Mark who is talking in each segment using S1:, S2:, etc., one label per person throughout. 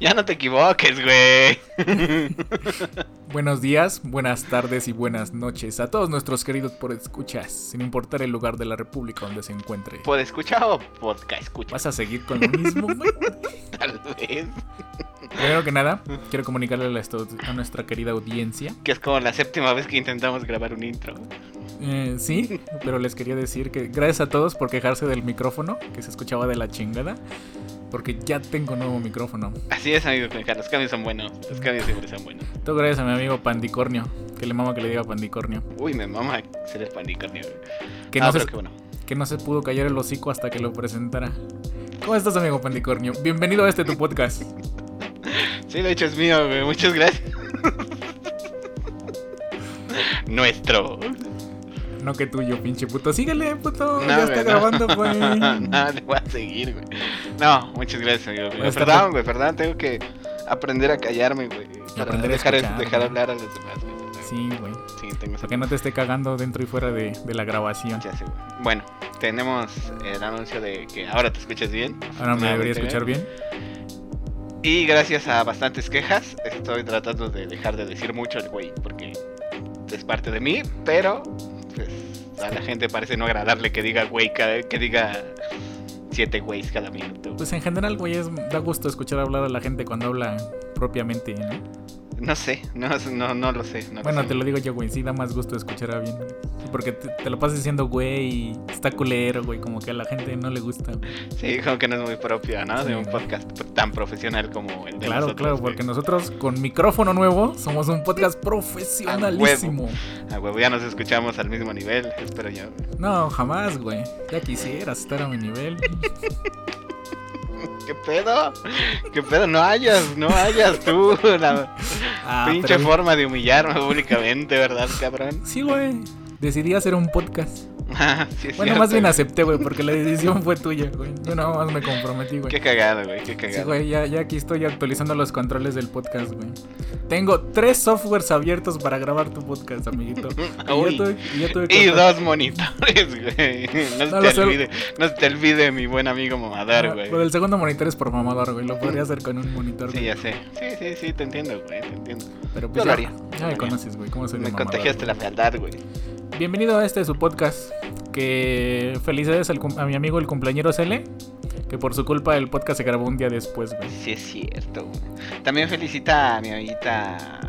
S1: Ya no te equivoques, güey.
S2: Buenos días, buenas tardes y buenas noches a todos nuestros queridos por escuchas, sin importar el lugar de la república donde se encuentre.
S1: ¿Puede escuchar o podcast escucha?
S2: ¿Vas a seguir con lo mismo, güey?
S1: Tal vez.
S2: Primero que nada, quiero comunicarle a, la estu- a nuestra querida audiencia.
S1: Que es como la séptima vez que intentamos grabar un intro.
S2: Eh, sí, pero les quería decir que gracias a todos por quejarse del micrófono, que se escuchaba de la chingada, porque ya tengo nuevo micrófono.
S1: Así es, amigos, los cambios son buenos. Los cambios siempre son buenos.
S2: Todo gracias a mi amigo Pandicornio, que le mama que le diga Pandicornio.
S1: Uy, me mama ser el pandicornio.
S2: Que
S1: Ah,
S2: no,
S1: pero
S2: se,
S1: qué bueno.
S2: que no se pudo callar el hocico hasta que lo presentara. ¿Cómo estás, amigo Pandicornio? Bienvenido a este tu podcast.
S1: Sí, lo hecho es mío, güey. Muchas gracias. Nuestro.
S2: No que tuyo, pinche puto. Síguele, puto.
S1: No,
S2: Oh, ya
S1: güey,
S2: está
S1: no.
S2: grabando, pues. güey.
S1: no, le voy a seguir, güey. No, muchas gracias, amigo. güey.
S2: Está
S1: Perdón,
S2: bien.
S1: güey, perdón. Tengo que aprender a callarme, güey. Para
S2: aprender a
S1: dejar,
S2: escuchar,
S1: dejar
S2: ¿no?
S1: hablar a los demás, güey.
S2: Sí, güey.
S1: Sí, tengo esa
S2: Para que no te esté cagando dentro y fuera de, de la grabación.
S1: Ya sé, güey. Bueno, tenemos el anuncio de que ahora te escuchas bien.
S2: Ahora me
S1: Afortunadamente,
S2: debería escuchar bien.
S1: Y gracias a bastantes quejas, estoy tratando de dejar de decir mucho el güey, porque es parte de mí, pero pues, a la gente parece no agradarle que diga güey, cada- que diga siete güeyes cada minuto.
S2: Pues en general, güey, es, da gusto escuchar hablar a la gente cuando habla propiamente, ¿no?
S1: No sé, no, no, no lo sé. no
S2: Bueno,
S1: sé.
S2: te lo digo yo, güey, sí da más gusto escuchar a bien. Sí, Porque te, te lo pasas diciendo, güey, y está culero, güey, como que a la gente no le gusta. güey.
S1: Sí, como que no es muy propio, ¿no? De un
S2: Sí.
S1: podcast tan profesional como el de
S2: Claro,
S1: nosotros,
S2: claro,
S1: güey.
S2: porque nosotros con micrófono nuevo somos un podcast profesionalísimo.
S1: Ah, güey, ya nos escuchamos al mismo nivel, espero yo.
S2: No, jamás, güey. Ya quisieras estar a mi nivel.
S1: ¿Qué pedo? ¿Qué pedo? No hayas, no hayas tú la
S2: Ah,
S1: pinche
S2: pero-
S1: forma de humillarme públicamente, ¿verdad, cabrón?
S2: Sí, güey. Decidí hacer un podcast.
S1: Ah, sí, es
S2: Bueno, más bien
S1: cierto,
S2: acepté, güey, porque la decisión fue tuya, güey. Yo nada más me comprometí, güey.
S1: güey. Qué cagado, güey, qué
S2: Sí,
S1: cagado.
S2: güey, ya, ya aquí estoy actualizando los controles del podcast, güey. Tengo tres softwares abiertos para grabar tu podcast, amiguito. Y
S1: Ah, Uy.
S2: ya tuve, y ya tuve que
S1: Y
S2: cortar-
S1: dos monitores, güey. No,
S2: No,
S1: se
S2: lo
S1: te
S2: sé.
S1: olvide, no se te olvide mi buen amigo mamadar,
S2: Ah,
S1: güey.
S2: Pero el segundo monitor es por mamador, güey. Lo podría hacer con un monitor,
S1: Sí,
S2: güey.
S1: ya sé. Sí, sí, sí, te entiendo, güey, te entiendo.
S2: Pero
S1: yo
S2: pues
S1: lo
S2: ya,
S1: haría, yo lo
S2: ya me
S1: haría.
S2: conoces, güey. ¿Cómo soy de
S1: Me
S2: mamador,
S1: contagiaste la
S2: güey?
S1: fealdad, güey.
S2: Bienvenido a este su podcast. Que felicidades al cum- a mi amigo el cumpleañero Cele. Que por su culpa el podcast se grabó un día después, güey.
S1: Sí, es cierto, güey. También felicita a mi amiguita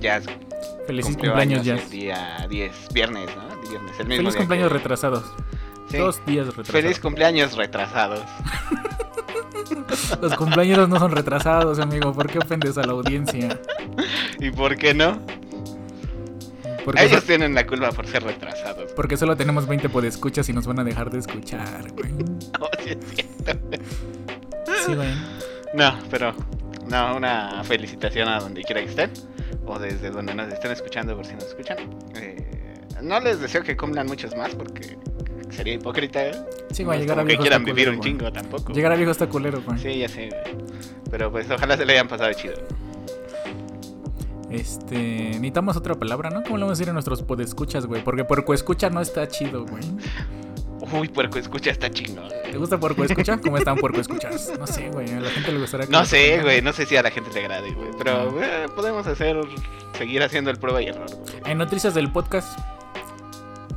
S1: Jazz, güey.
S2: Feliz
S1: Cumplió
S2: cumpleaños,
S1: años
S2: ya.
S1: El día 10, viernes, ¿no? Viernes, el mismo
S2: Feliz
S1: día
S2: cumpleaños
S1: que-
S2: retrasados.
S1: Sí.
S2: Dos días retrasados.
S1: Feliz cumpleaños retrasados.
S2: Los cumpleaños no son retrasados, amigo. ¿Por qué ofendes a la audiencia?
S1: ¿Y por qué no?
S2: Porque,
S1: Ellos
S2: so-
S1: tienen la culpa por ser retrasados.
S2: porque solo tenemos 20 podescuchas y nos van a dejar de escuchar, güey.
S1: No, sí es cierto.
S2: Sí, güey.
S1: No, pero no, una felicitación a donde quiera que estén o desde donde nos estén escuchando por si nos escuchan. Eh, no les deseo que cumplan muchos más porque sería hipócrita. ¿eh?
S2: Sí,
S1: No
S2: güey,
S1: es
S2: llegar a
S1: como que
S2: viejo
S1: quieran vivir
S2: está culero,
S1: un
S2: güey.
S1: chingo tampoco.
S2: Llegar a viejo está culero, güey.
S1: Sí, ya sé. güey. Pero pues ojalá se le hayan pasado chido.
S2: Este, necesitamos otra palabra, ¿no? ¿Cómo le vamos a decir a nuestros podescuchas, güey? Porque puerco escucha no está chido, güey.
S1: Uy, puerco, escucha está chingón.
S2: ¿Te gusta puerco escucha? ¿Cómo están puerco escuchas? No sé, güey. A la gente le gustará que
S1: No
S2: lo
S1: sé,
S2: pongan.
S1: güey, no sé si a la gente le agrade, güey, pero eh, podemos hacer, seguir haciendo el prueba y error. güey.
S2: En noticias del podcast,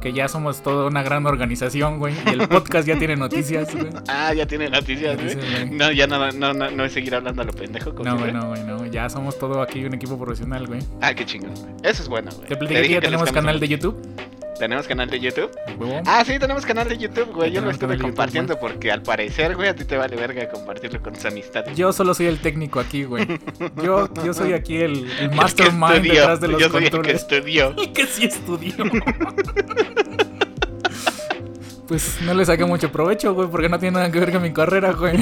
S2: que ya somos toda una gran organización, güey. Y el podcast ya tiene noticias, güey.
S1: Ah, ya tiene noticias, güey.
S2: Noticias, güey.
S1: No, ya no, no, no, no es seguir hablando a lo pendejo. como
S2: No,
S1: siempre.
S2: güey, no, güey, no. Ya somos todo aquí un equipo profesional, güey.
S1: Ah, qué chingón, güey. Eso es bueno, güey. Te
S2: Te platiqué que
S1: dije
S2: ya
S1: que les
S2: tenemos
S1: cambiamos.
S2: canal de YouTube.
S1: ¿Tenemos canal de YouTube?
S2: Huevo.
S1: Ah, sí, tenemos canal de YouTube, güey.
S2: Ya
S1: Yo lo
S2: tenemos
S1: estuve
S2: canal de YouTube,
S1: compartiendo porque al parecer, güey, a ti te vale verga compartirlo con tus amistades.
S2: Yo solo soy el técnico aquí, güey. Yo, yo soy aquí el, el
S1: Que
S2: mastermind
S1: estudió,
S2: detrás de los
S1: Yo soy el que
S2: controles.
S1: estudió.
S2: El que sí estudió. Pues no le saqué mucho provecho, güey, porque no tiene nada que ver con mi carrera, güey.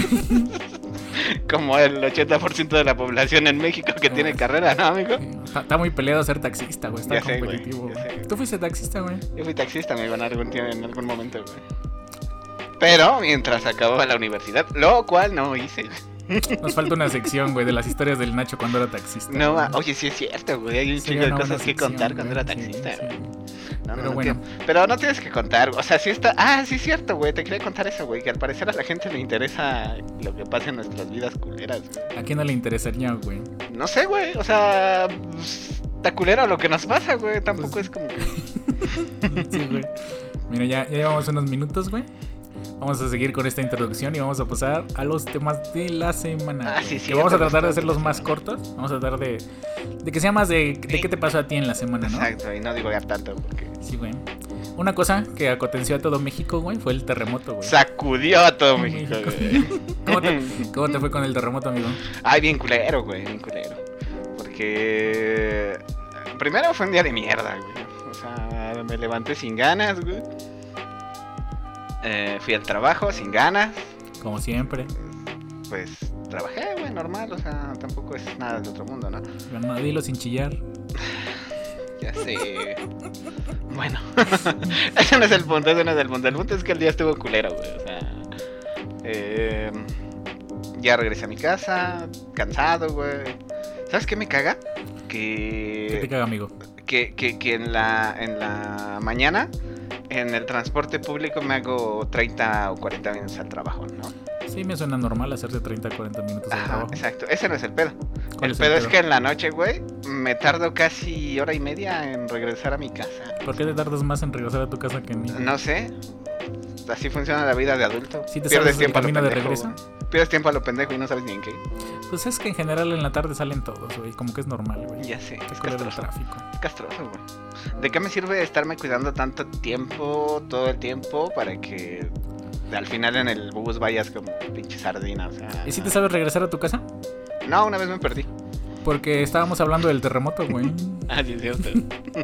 S1: Como el 80% de la población en México que
S2: No,
S1: tiene
S2: es-
S1: carrera, ¿no, amigo?
S2: Está, está muy peleado ser taxista, güey. Está
S1: Ya sé, güey,
S2: competitivo,
S1: ya
S2: güey.
S1: sé.
S2: Tú fuiste taxista, güey.
S1: Yo fui taxista, amigo, en algún, tie- en algún momento, güey. Pero mientras acababa la universidad, lo cual no hice.
S2: Nos falta una sección, güey, de las historias del Nacho cuando era taxista.
S1: No, ma-
S2: güey.
S1: oye, sí es cierto, güey. Hay un
S2: Sería
S1: chingo de
S2: una
S1: cosas
S2: buena
S1: que
S2: sección,
S1: contar
S2: güey,
S1: cuando era
S2: sí,
S1: taxista.
S2: sí,
S1: güey.
S2: güey.
S1: No, no,
S2: Pero
S1: no
S2: bueno.
S1: tiene- pero no tienes que contar, o sea, sí está. Ah, sí es cierto, güey. Te quería contar eso, güey. Que al parecer a la gente le interesa lo que pasa en nuestras vidas culeras, güey.
S2: ¿A quién no le interesaría, güey?
S1: No sé, güey. O sea, pues, está culero lo que nos pasa, güey. Tampoco
S2: Pues-
S1: es como que.
S2: Sí, güey. Mira, ya, ya llevamos unos minutos, güey. Vamos a seguir con esta introducción y vamos a pasar a los temas de la semana.
S1: Ah,
S2: güey,
S1: sí,
S2: que
S1: cierto,
S2: vamos a
S1: los
S2: tratar de
S1: temas de
S2: hacerlos
S1: la
S2: más
S1: semana.
S2: cortos. Vamos a tratar de, de que sea más de, de qué te pasó a ti en la semana, ¿no?
S1: Exacto, y no divagar tanto porque.
S2: Sí, güey. Una cosa que aconteció a todo México, güey, fue el terremoto, güey.
S1: Sacudió a todo México,
S2: ¿Cómo te,
S1: güey.
S2: cómo te fue con el terremoto, amigo?
S1: Ay, bien culero, güey, bien culero. Porque. Primero fue un día de mierda, güey. O sea, me levanté sin ganas, güey. Eh, fui al trabajo sin ganas.
S2: Como siempre.
S1: Pues trabajé, güey, normal. O sea, tampoco es nada del otro mundo, ¿no?
S2: No, dilo sin chillar.
S1: Ya sé. Bueno, ese no es el punto, ese no es el punto. El punto es que el día estuvo culero, güey. O sea, eh, ya regresé a mi casa, cansado, güey. ¿Sabes qué me caga?
S2: ¿Qué te
S1: Que,
S2: caga, amigo?
S1: que, que, que en, la, en la mañana, en el transporte público, me hago 30 o 40 minutos al trabajo, ¿no?
S2: Sí, me suena normal hacerte 30, 40 minutos de
S1: Ajá,
S2: trabajo.
S1: exacto. Ese no es el pedo.
S2: ¿Cuál
S1: El
S2: es
S1: pedo es
S2: pedo?
S1: que en la noche, güey, me tardo casi hora y media en regresar a mi casa.
S2: ¿Por qué te tardas más en regresar a tu casa que en mí?
S1: No sé. Así funciona la vida de adulto.
S2: ¿Sí te
S1: Pierdes
S2: sabes el
S1: tiempo a lo
S2: camino de
S1: pendejo,
S2: regreso?
S1: güey. Pierdes tiempo a lo pendejo y no sabes ni en qué.
S2: Pues es que en general en la tarde salen todos, güey. Como que es normal, güey.
S1: Ya sé.
S2: Qué
S1: Es
S2: culero el
S1: castroso.
S2: tráfico.
S1: Es castroso, güey. ¿De qué me sirve estarme cuidando tanto tiempo, todo el tiempo, para que al final en el bus vayas como pinche sardina? O sea,
S2: ¿Y si te sabes regresar a tu casa?
S1: No, una vez me perdí.
S2: Porque estábamos hablando del terremoto, güey.
S1: Ah, sí,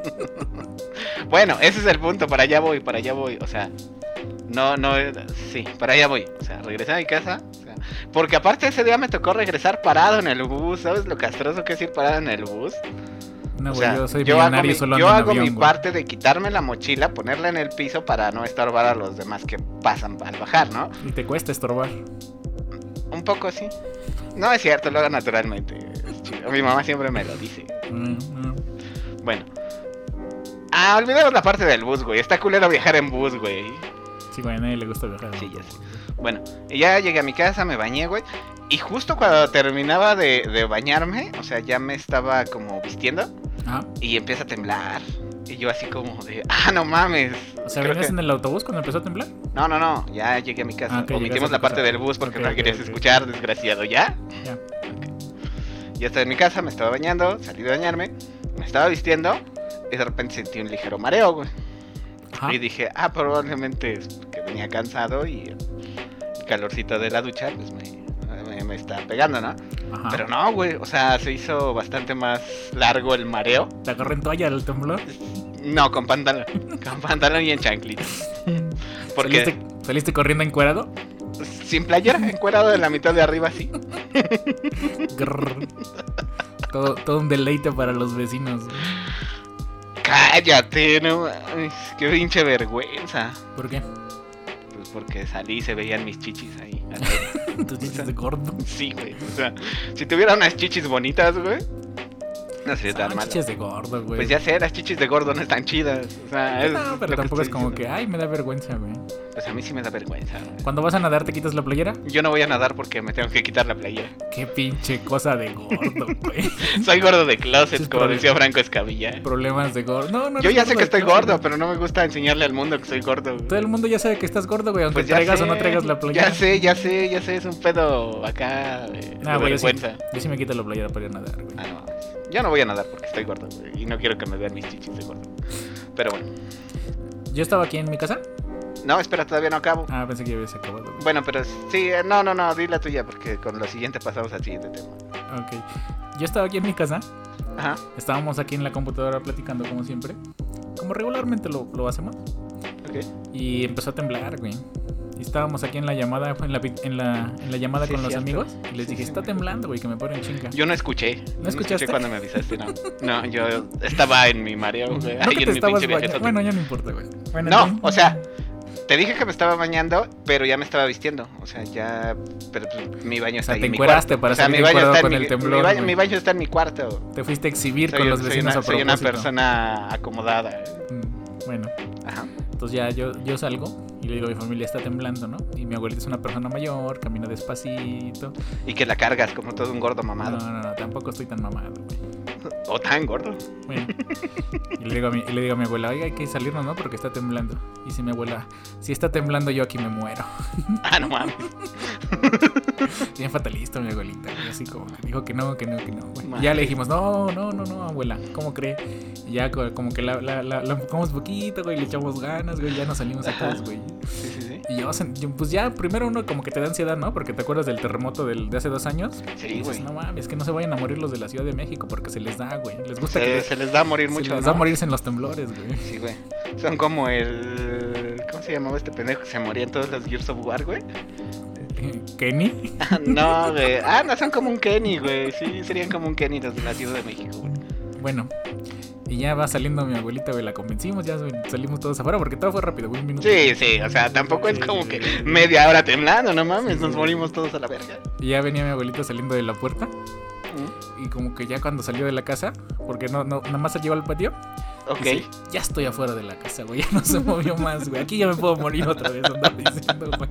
S1: bueno, ese es el punto, para allá voy, para allá voy, o sea, no, no, sí, para allá voy, o sea, regresé a mi casa, o sea, porque aparte ese día me tocó regresar parado en el bus, ¿sabes lo castroso que es ir parado en el bus?
S2: No,
S1: o
S2: güey,
S1: sea,
S2: yo soy
S1: hago
S2: millonario
S1: mi,
S2: y solo
S1: yo
S2: ando en
S1: hago
S2: avión,
S1: mi
S2: güey.
S1: parte de quitarme la mochila, ponerla en el piso para no estorbar a los demás que pasan al bajar, ¿no?
S2: Y te cuesta estorbar.
S1: Un poco sí. No es cierto, lo hago naturalmente, es chido, mi mamá siempre me lo dice.
S2: Mm, mm.
S1: Bueno. Ah, olvidemos la parte del bus, güey. Está culero viajar en bus, güey.
S2: Sí, güey, a nadie le gusta viajar.
S1: Sí, ya sé. Bueno, y ya llegué a mi casa, me bañé, güey. Y justo cuando terminaba de, de bañarme, o sea, ya me estaba como vistiendo
S2: Ajá.
S1: y empieza a temblar. Y yo así como de, ah, no mames.
S2: O sea,
S1: Creo
S2: venías
S1: que-
S2: en el autobús cuando empezó a temblar.
S1: No, no, no, ya llegué a mi casa.
S2: Ah, ok, llegaste
S1: Omitimos
S2: a
S1: la
S2: tu
S1: parte
S2: casa.
S1: del bus porque
S2: Ok,
S1: no
S2: ok,
S1: querías
S2: ok.
S1: escuchar, desgraciado, ¿ya?
S2: Ya.
S1: Ok. Ya estaba en mi casa, me estaba bañando, salí de bañarme, me estaba vistiendo y de repente sentí un ligero mareo, güey.
S2: Ajá.
S1: Y dije, ah, probablemente es porque venía cansado y el calorcito de la ducha pues me, me- me está pegando, ¿no?
S2: Ajá.
S1: Pero no, güey, o sea, se hizo bastante más largo el mareo.
S2: ¿Te agarré en toalla el temblor?
S1: No, con pantalón, con pantalón y en chanclitas. Porque
S2: ¿Saliste, saliste corriendo encuerado?
S1: sin playera, encuerado de la mitad de arriba, sí.
S2: Grrr. todo, todo un deleite para los vecinos. güey.
S1: Cállate, no mames, qué pinche vergüenza.
S2: ¿Por qué?
S1: Pues porque salí y se veían mis chichis ahí. Pues
S2: Tus chichis de gordo.
S1: Sí, güey. O sea, si tuviera unas chichis bonitas, güey, no sería tan
S2: Son
S1: malo.
S2: chichis de gordo, güey.
S1: Pues ya sé, las chichis de gordo no están chidas. O sea, es
S2: no,
S1: lo
S2: pero
S1: que
S2: tampoco es
S1: estoy
S2: como que,
S1: diciendo.
S2: ay, me da vergüenza, güey.
S1: Pues a mí sí me da vergüenza. güey.
S2: Cuando vas a nadar, te quitas la playera.
S1: Yo no voy a nadar porque me tengo que quitar la playera.
S2: Qué pinche cosa de gordo, güey.
S1: Soy gordo de closet,
S2: Sus
S1: como
S2: problemas.
S1: decía Franco Escabilla.
S2: Problemas de gordo. No, no.
S1: Yo
S2: eres
S1: ya sé que
S2: de
S1: estoy
S2: clase,
S1: gordo,
S2: güey.
S1: pero no me gusta enseñarle al mundo que soy gordo. güey.
S2: Todo el mundo ya sabe que estás gordo, güey, aunque
S1: Pues ya
S2: traigas o
S1: sé,
S2: no traigas la playera.
S1: Ya sé, ya sé, ya sé, es un pedo acá de, de
S2: No, güey, yo Ah, sí,
S1: vergüenza.
S2: yo sí me quito la playera para ir a nadar, güey.
S1: Ah, no. Yo no voy a nadar porque estoy gordo güey, y no quiero que me vean mis chichis de gordo. Pero bueno.
S2: Yo estaba aquí en mi casa.
S1: No, espera, todavía no acabo.
S2: Ah, pensé que ya habías acabado, güey.
S1: Bueno, pero sí, eh, no, no, no, di la tuya porque con lo siguiente pasamos al siguiente tema.
S2: Ok. Yo estaba aquí en mi casa.
S1: Ajá.
S2: Estábamos aquí en la computadora platicando como siempre. Como regularmente lo, lo hacemos.
S1: Ok.
S2: Y empezó a temblar, güey. Y estábamos aquí en la llamada, en la, pi- en la, en la llamada
S1: Sí,
S2: con
S1: es
S2: los
S1: cierto.
S2: amigos. Y les
S1: Sí, sí,
S2: dije, está
S1: me acuerdo.
S2: temblando, güey, que me ponen chinga.
S1: Yo no escuché. no
S2: escuchaste?
S1: escuché cuando me avisaste, no. No, yo estaba en mi mareo, güey.
S2: no
S1: ahí en
S2: que te
S1: mi
S2: estabas
S1: pinche
S2: bañando.
S1: viajezote.
S2: Bueno, ya no importa, güey. Bueno,
S1: No,
S2: entonces-
S1: o sea, te dije que me estaba bañando, pero ya me estaba vistiendo. O sea, ya. Pero pues, mi baño
S2: O
S1: está
S2: sea,
S1: ahí
S2: te
S1: en mi
S2: encueraste
S1: cuarto.
S2: para
S1: o sea,
S2: salir
S1: mi baño
S2: encuerado
S1: está
S2: con
S1: en
S2: el
S1: mi,
S2: temblor,
S1: mi baño,
S2: güey.
S1: mi baño está en mi cuarto.
S2: Te fuiste a exhibir
S1: Soy,
S2: con los
S1: soy
S2: vecinos
S1: una,
S2: a
S1: soy una
S2: propósito.
S1: persona acomodada.
S2: Mm, Bueno,
S1: Ajá.
S2: entonces ya yo, yo salgo y le digo, mi familia está temblando, ¿no? Y mi abuelita es una persona mayor, camina despacito.
S1: Y que la cargas como todo un gordo mamado.
S2: No, no, no, tampoco estoy tan mamado, güey. Ah.
S1: O tan gordo.
S2: Bueno, y le, digo a mi, y le digo a mi abuela, oiga, hay que salirnos, ¿no? Porque está temblando. Y dice mi abuela, si está temblando yo aquí me muero.
S1: Ah, no mames.
S2: Bien fatalista mi abuelita, y así como que dijo que no, que no, que no. güey. Y ya le dijimos, no, no, no, no, abuela, ¿cómo cree? Y ya co- como que la, la, la, la enfocamos poquito, güey, le echamos ganas, güey, ya nos salimos
S1: Ajá.
S2: atrás, güey.
S1: Sí, sí, sí.
S2: Y yo, sen- yo, pues ya, primero uno como que te da ansiedad, ¿no? Porque te acuerdas del terremoto del, de hace dos años.
S1: Sí,
S2: Y dices,
S1: güey.
S2: no mames, que no se vayan a morir los de la Ciudad de México porque se les da, güey. Les gusta que
S1: Se,
S2: les,
S1: se les da a morir
S2: se
S1: mucho.
S2: les da
S1: ¿no?
S2: morirse en los temblores, güey.
S1: Sí, güey. Son como el. ¿Cómo se llamaba este pendejo que se moría en todos los Gears of War, güey?
S2: ¿Kenny?
S1: Ah, No, güey. Ah, no, son como un Kenny, güey. Sí, serían como un Kenny los de la Ciudad de México, güey.
S2: Bueno. Y ya va saliendo mi abuelita, güey, la convencimos, ya salimos todos afuera porque todo fue rápido, güey, un minuto.
S1: Sí, sí, o sea, tampoco es como que media hora temblando, no mames, nos morimos todos a la verga.
S2: Y ya venía mi abuelita saliendo de la puerta y como que ya cuando salió de la casa, porque no, no, nada más se llevó al patio,
S1: Ok.
S2: dice, ya estoy afuera de la casa, güey, ya no se movió más, güey, aquí ya me puedo morir otra vez, andaba diciendo, güey.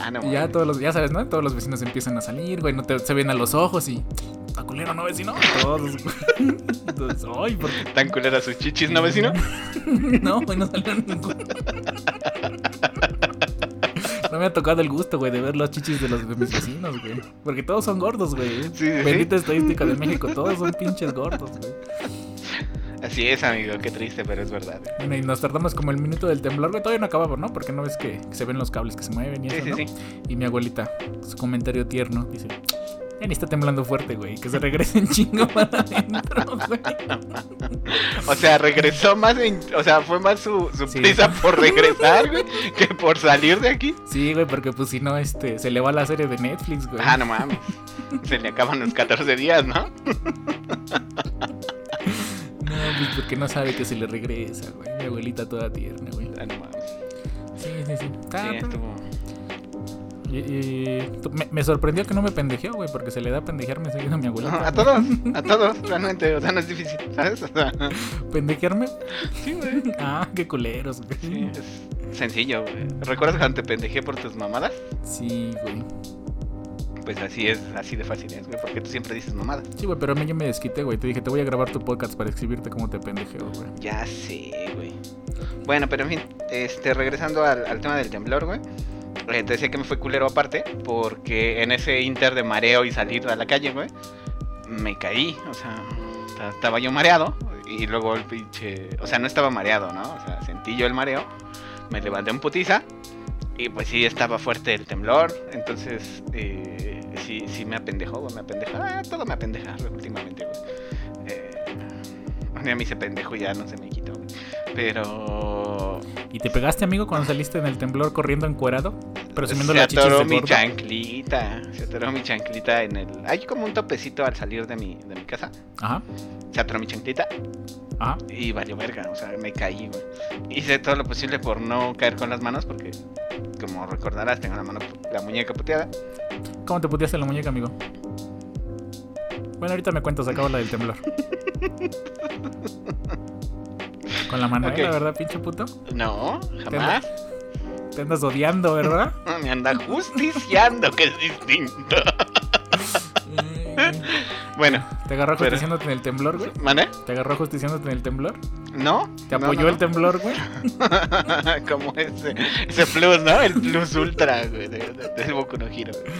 S1: Ah, no,
S2: Y ya
S1: mames.
S2: todos los, ya sabes, ¿no? Todos los vecinos empiezan a salir, güey, no te, se ven a los ojos y, está culero, ¿no, vecino? Todos, güey. Entonces, ay, ¿por qué?
S1: Tan culeras sus chichis, ¿no, vecino?
S2: No, güey, no salió ninguno. No me ha tocado el gusto, güey, de ver los chichis de los de mis vecinos, güey. Porque todos son gordos, güey.
S1: Sí, sí, sí.
S2: Bendita estadística de México, todos son pinches gordos, güey.
S1: Así es, amigo, qué triste, pero es verdad.
S2: Bueno, y nos tardamos como el minuto del temblor, güey. Todavía no acabamos, ¿no? Porque no ves que se ven los cables que se mueven y
S1: Sí,
S2: eso,
S1: sí,
S2: ¿no?
S1: sí.
S2: Y mi abuelita, su comentario tierno, dice... Ya ni está temblando fuerte, güey. Que se regresen chingo para adentro, güey.
S1: O sea, regresó más en... O sea, fue más su, su
S2: Sí.
S1: prisa por regresar, güey, que por salir de aquí.
S2: Sí, güey, porque pues si no, este, se le va la serie de Netflix, güey.
S1: Ah, no mames. Se le acaban los 14 días, ¿no? Ah,
S2: No, pues porque no sabe que se le regresa, güey. Mi abuelita toda tierna, güey.
S1: Ah, no mames.
S2: Sí, sí, sí. Ah,
S1: Sí, estuvo...
S2: y- y- tú- me, me sorprendió que no me pendejeó, güey, porque se le da pendejearme seguido a mi
S1: No,
S2: abuelita.
S1: a todos, a todos, realmente, o sea, no es difícil, ¿sabes? O sea,
S2: ¿Pendejearme?
S1: sí, güey.
S2: Ah, qué culeros, güey.
S1: Sí, es sencillo, güey. ¿Recuerdas cuando te pendejé por tus mamadas?
S2: Sí, güey.
S1: Pues así es, así de fácil es, güey, porque tú siempre dices mamadas.
S2: Sí, güey, pero a mí yo me desquité, güey. Te dije, te voy a grabar tu podcast para exhibirte cómo te pendejeo, güey.
S1: Ya sé, güey. Bueno, pero en fin, este, regresando al, al tema del temblor, güey. eh, Te decía que me fue culero aparte, porque en ese inter de mareo y salir a la calle, güey, me caí, o sea, ta- estaba yo mareado y luego el pinche, o sea, no estaba mareado, ¿no? O sea, sentí yo el mareo, me levanté en putiza y pues sí estaba fuerte el temblor, entonces eh, sí, sí me apendejó, güey, me apendeja, ah, todo me apendeja últimamente, güey. Eh, a mí se pendejo y ya no se me quitó, güey. pero
S2: ¿Y te pegaste, amigo, cuando saliste en el temblor corriendo encuerado? Presumiendo
S1: se
S2: la chichis de
S1: atoró mi
S2: gordo.
S1: chanclita, se atoró mi chanclita en el, hay como un topecito al salir de mi, de mi casa,
S2: Ajá,
S1: se atoró mi chanclita
S2: ajá.
S1: Y valió verga, o sea, me caí, güey. Hice todo lo posible por no caer con las manos porque, como recordarás, tengo la mano, pu- la muñeca puteada.
S2: ¿Cómo te puteaste la muñeca, amigo? Bueno, ahorita me cuentas, acabo la del temblor. Con la Manuela,
S1: Ok.
S2: ¿verdad, pinche puto?
S1: No, jamás.
S2: Te andas odiando, ¿verdad?
S1: Me anda justiciando, que es distinto. Bueno,
S2: ¿Te agarró
S1: Pero-
S2: justiciándote en el temblor, güey?
S1: ¿mane?
S2: ¿Te agarró justiciándote en el temblor?
S1: ¿No?
S2: ¿Te apoyó el temblor,
S1: el
S2: güey?
S1: Como ese, ese plus, ¿no? El plus ultra, güey, de- de- del Boku no Hero, güey.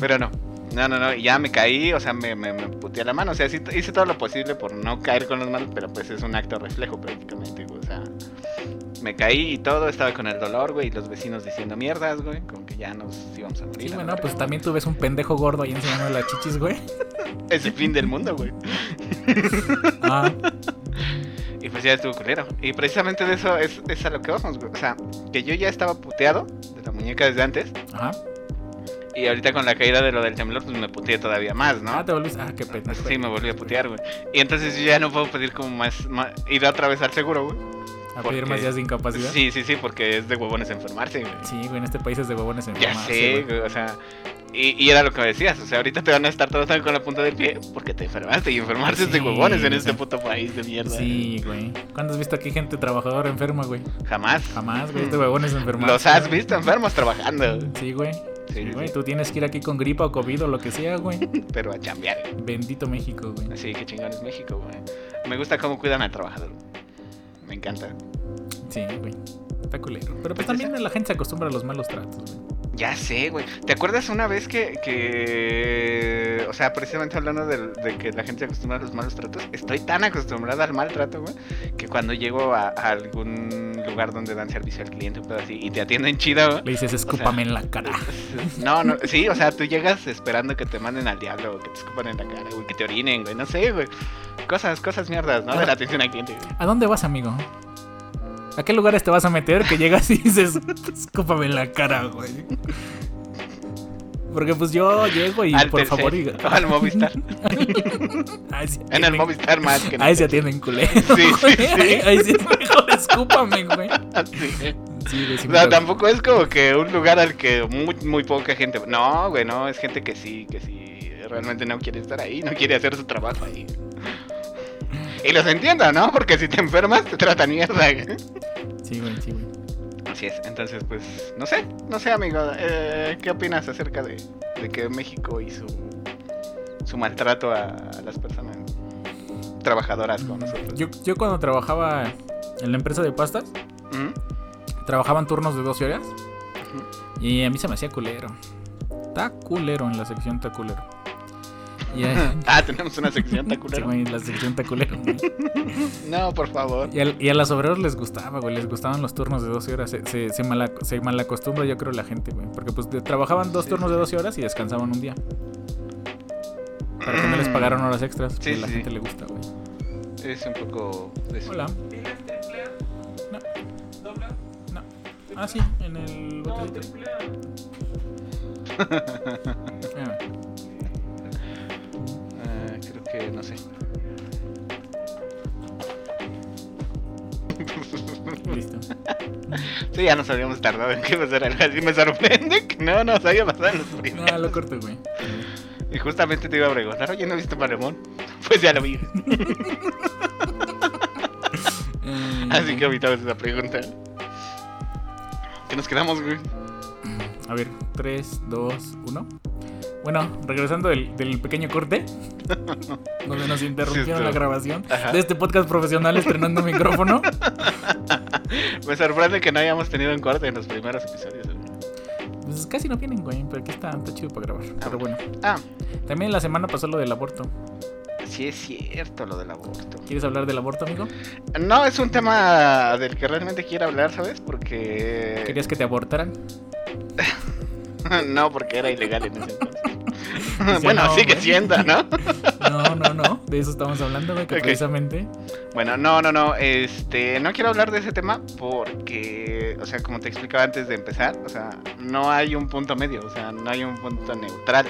S1: Pero no. No, no, no, y ya me caí, o sea, me, me, me puteé la mano, o sea, sí t- hice todo lo posible por no caer con las manos, pero pues es un acto reflejo prácticamente, güey, o sea, me caí y todo, estaba con el dolor, güey, y los vecinos diciendo mierdas, güey, como que ya nos íbamos a morir.
S2: Sí,
S1: a la
S2: bueno,
S1: verga.
S2: pues también tú ves un pendejo gordo ahí enseñando las chichis, güey.
S1: Es el fin del mundo, güey.
S2: Ah,
S1: Y pues ya estuvo culero. Y precisamente de eso es, es a lo que vamos, güey, o sea, que yo ya estaba puteado de la muñeca desde antes,
S2: ajá.
S1: Y ahorita con la caída de lo del temblor, pues me puteé todavía más,
S2: Ah,
S1: ¿no?
S2: te volviste. Ah, qué pena.
S1: Sí, me volví a putear, güey. Y entonces yo ya no puedo pedir como más, más- ir otra vez al seguro, güey.
S2: a pedir más
S1: Porque-
S2: días de incapacidad.
S1: Sí, sí, sí, porque es de huevones enfermarse, güey.
S2: Sí, güey, en este país es de huevones
S1: Ya
S2: enfermarse,
S1: sé,
S2: güey.
S1: güey, o sea. Y, y era lo que me decías, o sea, ahorita te van a estar tratando con la punta del pie porque te enfermaste y enfermarse es de
S2: Sí,
S1: huevones en
S2: o
S1: este
S2: sea,
S1: puto país de mierda.
S2: Sí, güey. ¿Cuándo has visto aquí gente trabajadora enferma, güey?
S1: Jamás.
S2: Jamás, güey, este huevón es enfermo.
S1: Los has visto enfermos trabajando,
S2: Sí, güey.
S1: Sí,
S2: Sí,
S1: sí,
S2: güey.
S1: sí.
S2: Tú tienes que ir aquí con gripa o COVID o lo que sea, güey.
S1: pero a chambear.
S2: Bendito México, güey.
S1: Así que chingón es México, güey. Me gusta cómo cuidan al trabajador. Me encanta.
S2: Sí, güey. Está culero. Pero pues también la gente se acostumbra a los malos tratos, güey.
S1: Ya sé, güey. ¿Te acuerdas una vez que, que o sea, precisamente hablando del- de, que la gente se acostumbra a los malos tratos? Estoy tan acostumbrada al maltrato, güey, que cuando llego a, a algún lugar donde dan servicio al cliente, pues así, y te atienden chido, güey.
S2: Le dices, escúpame en la cara.
S1: No, no, sí, o sea, tú llegas esperando que te manden al diablo, güey, que te escupan en la cara, güey, que te orinen, güey, no sé, güey. Cosas, cosas mierdas, ¿no? De la atención al cliente, güey.
S2: ¿A dónde vas, amigo? ¿A qué lugares te vas a meter que llegas y dices, escúpame en la cara, güey? Porque pues yo llego y
S1: Al
S2: por
S1: Telcel,
S2: favor... Y...
S1: o al Movistar.
S2: Ahí sí
S1: En el
S2: atienden-
S1: Movistar más que en el
S2: Ahí se atienden culero.
S1: Sí, sí,
S2: güey.
S1: sí.
S2: Ahí- Ahí sí es mejor, escúpame, güey.
S1: Sí.
S2: Sí, güey, sí
S1: O
S2: me
S1: sea,
S2: tocó.
S1: tampoco es como que un lugar al que muy, muy poca gente. No, güey, no, es gente que sí, que sí, realmente no quiere estar ahí, no quiere hacer su trabajo ahí. Y los entiendo, ¿no? Porque si te enfermas te tratan mierda. güey.
S2: Sí, güey, sí, güey.
S1: Así es, entonces pues, no sé, no sé amigo, eh, ¿qué opinas acerca de, de que México y su, su maltrato a, a las personas trabajadoras como nosotros?
S2: Yo, yo cuando trabajaba en la empresa de pastas,
S1: ¿Mm?
S2: trabajaban turnos de 12 horas. Y a mí se me hacía culero. Está culero en la sección está culero. Y a-
S1: Ah, tenemos una sección
S2: sí,
S1: taculera.
S2: güey, en la sección está culero. güey.
S1: No, por favor.
S2: Y, al- y a las obreros les gustaba, güey. Les gustaban los turnos de 12 horas. Se, se, se, mala- se malacostumbra, yo creo, la gente, güey. Porque pues de- trabajaban dos
S1: Sí,
S2: turnos
S1: sí,
S2: de 12 horas y descansaban un día. Para que no les pagaron horas extras.
S1: Mm. Sí,
S2: porque a la
S1: sí,
S2: gente
S1: sí.
S2: le gusta, güey.
S1: Es un poco... des-
S2: Hola. No. No. Ah, sí, en el botellito. Ah,
S1: Ah, creo que no sé.
S2: listo.
S1: Sí, ya nos habíamos tardado en que pasara algo así. Me sorprende que no nos haya pasado en los primeros.
S2: Ah, lo corto, güey.
S1: Y justamente te iba a preguntar, oye, ¿no viste Palemón? Pues ya lo vi.
S2: Eh,
S1: Así que evitamos esa pregunta. Que nos quedamos, güey.
S2: A ver, 3, 2, 1. Bueno, regresando del, del pequeño corte, donde nos interrumpieron
S1: estuvo.
S2: la grabación
S1: Ajá.
S2: de este podcast profesional estrenando micrófono.
S1: Me sorprende que no hayamos tenido un corte en los primeros episodios. güey.
S2: Pues casi no vienen, güey, pero aquí está, está chido para grabar. Pero bueno,
S1: Ah,
S2: también la semana pasó lo del aborto.
S1: sí es cierto lo del aborto.
S2: ¿Quieres hablar del aborto, amigo?
S1: No, es un tema del que realmente quiero hablar, ¿sabes? Porque...
S2: ¿Querías que te abortaran?
S1: No, porque era ilegal en ese entonces.
S2: Dice,
S1: bueno,
S2: "No,
S1: sigue
S2: güey".
S1: siendo, ¿no?
S2: No, no, no. De eso estamos hablando, güey. Que
S1: Ok.
S2: precisamente.
S1: Bueno, no, no, no. Este, no quiero hablar de ese tema porque, o sea, como te explicaba antes de empezar, o sea, no hay un punto medio, o sea, no hay un punto neutral.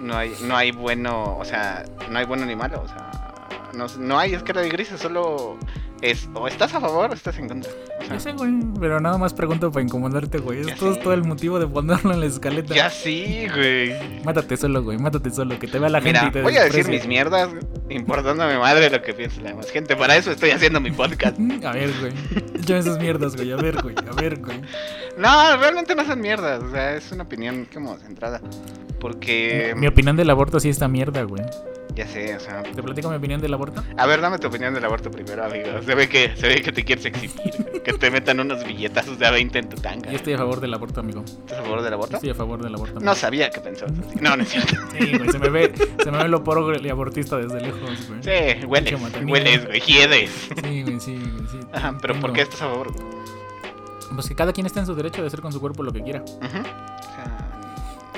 S1: No hay, no hay bueno, o sea, no hay bueno ni malo, o sea, no, no hay escala de grises, solo es o estás a favor o estás en contra. O sea,
S2: Ya sé, güey. Pero nada más pregunto para incomodarte, güey.
S1: Ya
S2: Esto es
S1: sé.
S2: todo el motivo de ponerlo en la escaleta.
S1: ya sí, güey.
S2: Mátate solo, güey. Mátate solo. Que te vea la gente
S1: Mira,
S2: y te
S1: voy a decir mis
S2: desprecie.
S1: mierdas, importándome madre lo que piense la demás gente. Para eso estoy haciendo mi podcast.
S2: Mm, A ver, güey. Échame esas mierdas, güey. A ver, güey. A ver, güey.
S1: No, realmente no son mierdas. O sea, es una opinión como centrada. Porque.
S2: Mi opinión del aborto sí está mierda, güey.
S1: Ya sé, o sea.
S2: ¿Te platico mi opinión del aborto?
S1: A ver, dame tu opinión del aborto primero, amigo. Se ve que, se ve que te quieres exhibir. que te metan unos billetazos de a 20 en tu tanga.
S2: Yo estoy a favor del aborto, amigo.
S1: ¿Estás a favor del
S2: Yo
S1: aborto?
S2: estoy a favor del aborto.
S1: No
S2: amigo.
S1: sabía que pensabas así. No, no es cierto.
S2: Sí, güey. Se me ve, se me ve lo poro y abortista desde lejos, güey.
S1: Sí, hueles.
S2: Pinche matamieros.
S1: Hueles, güey. Hiedes.
S2: Sí, güey, sí, güey, sí.
S1: Ajá, pero ¿por
S2: Tengo-
S1: qué estás a favor? güey?
S2: Pues que cada quien está en su derecho de hacer con su cuerpo lo que quiera.
S1: Ujú. O sea.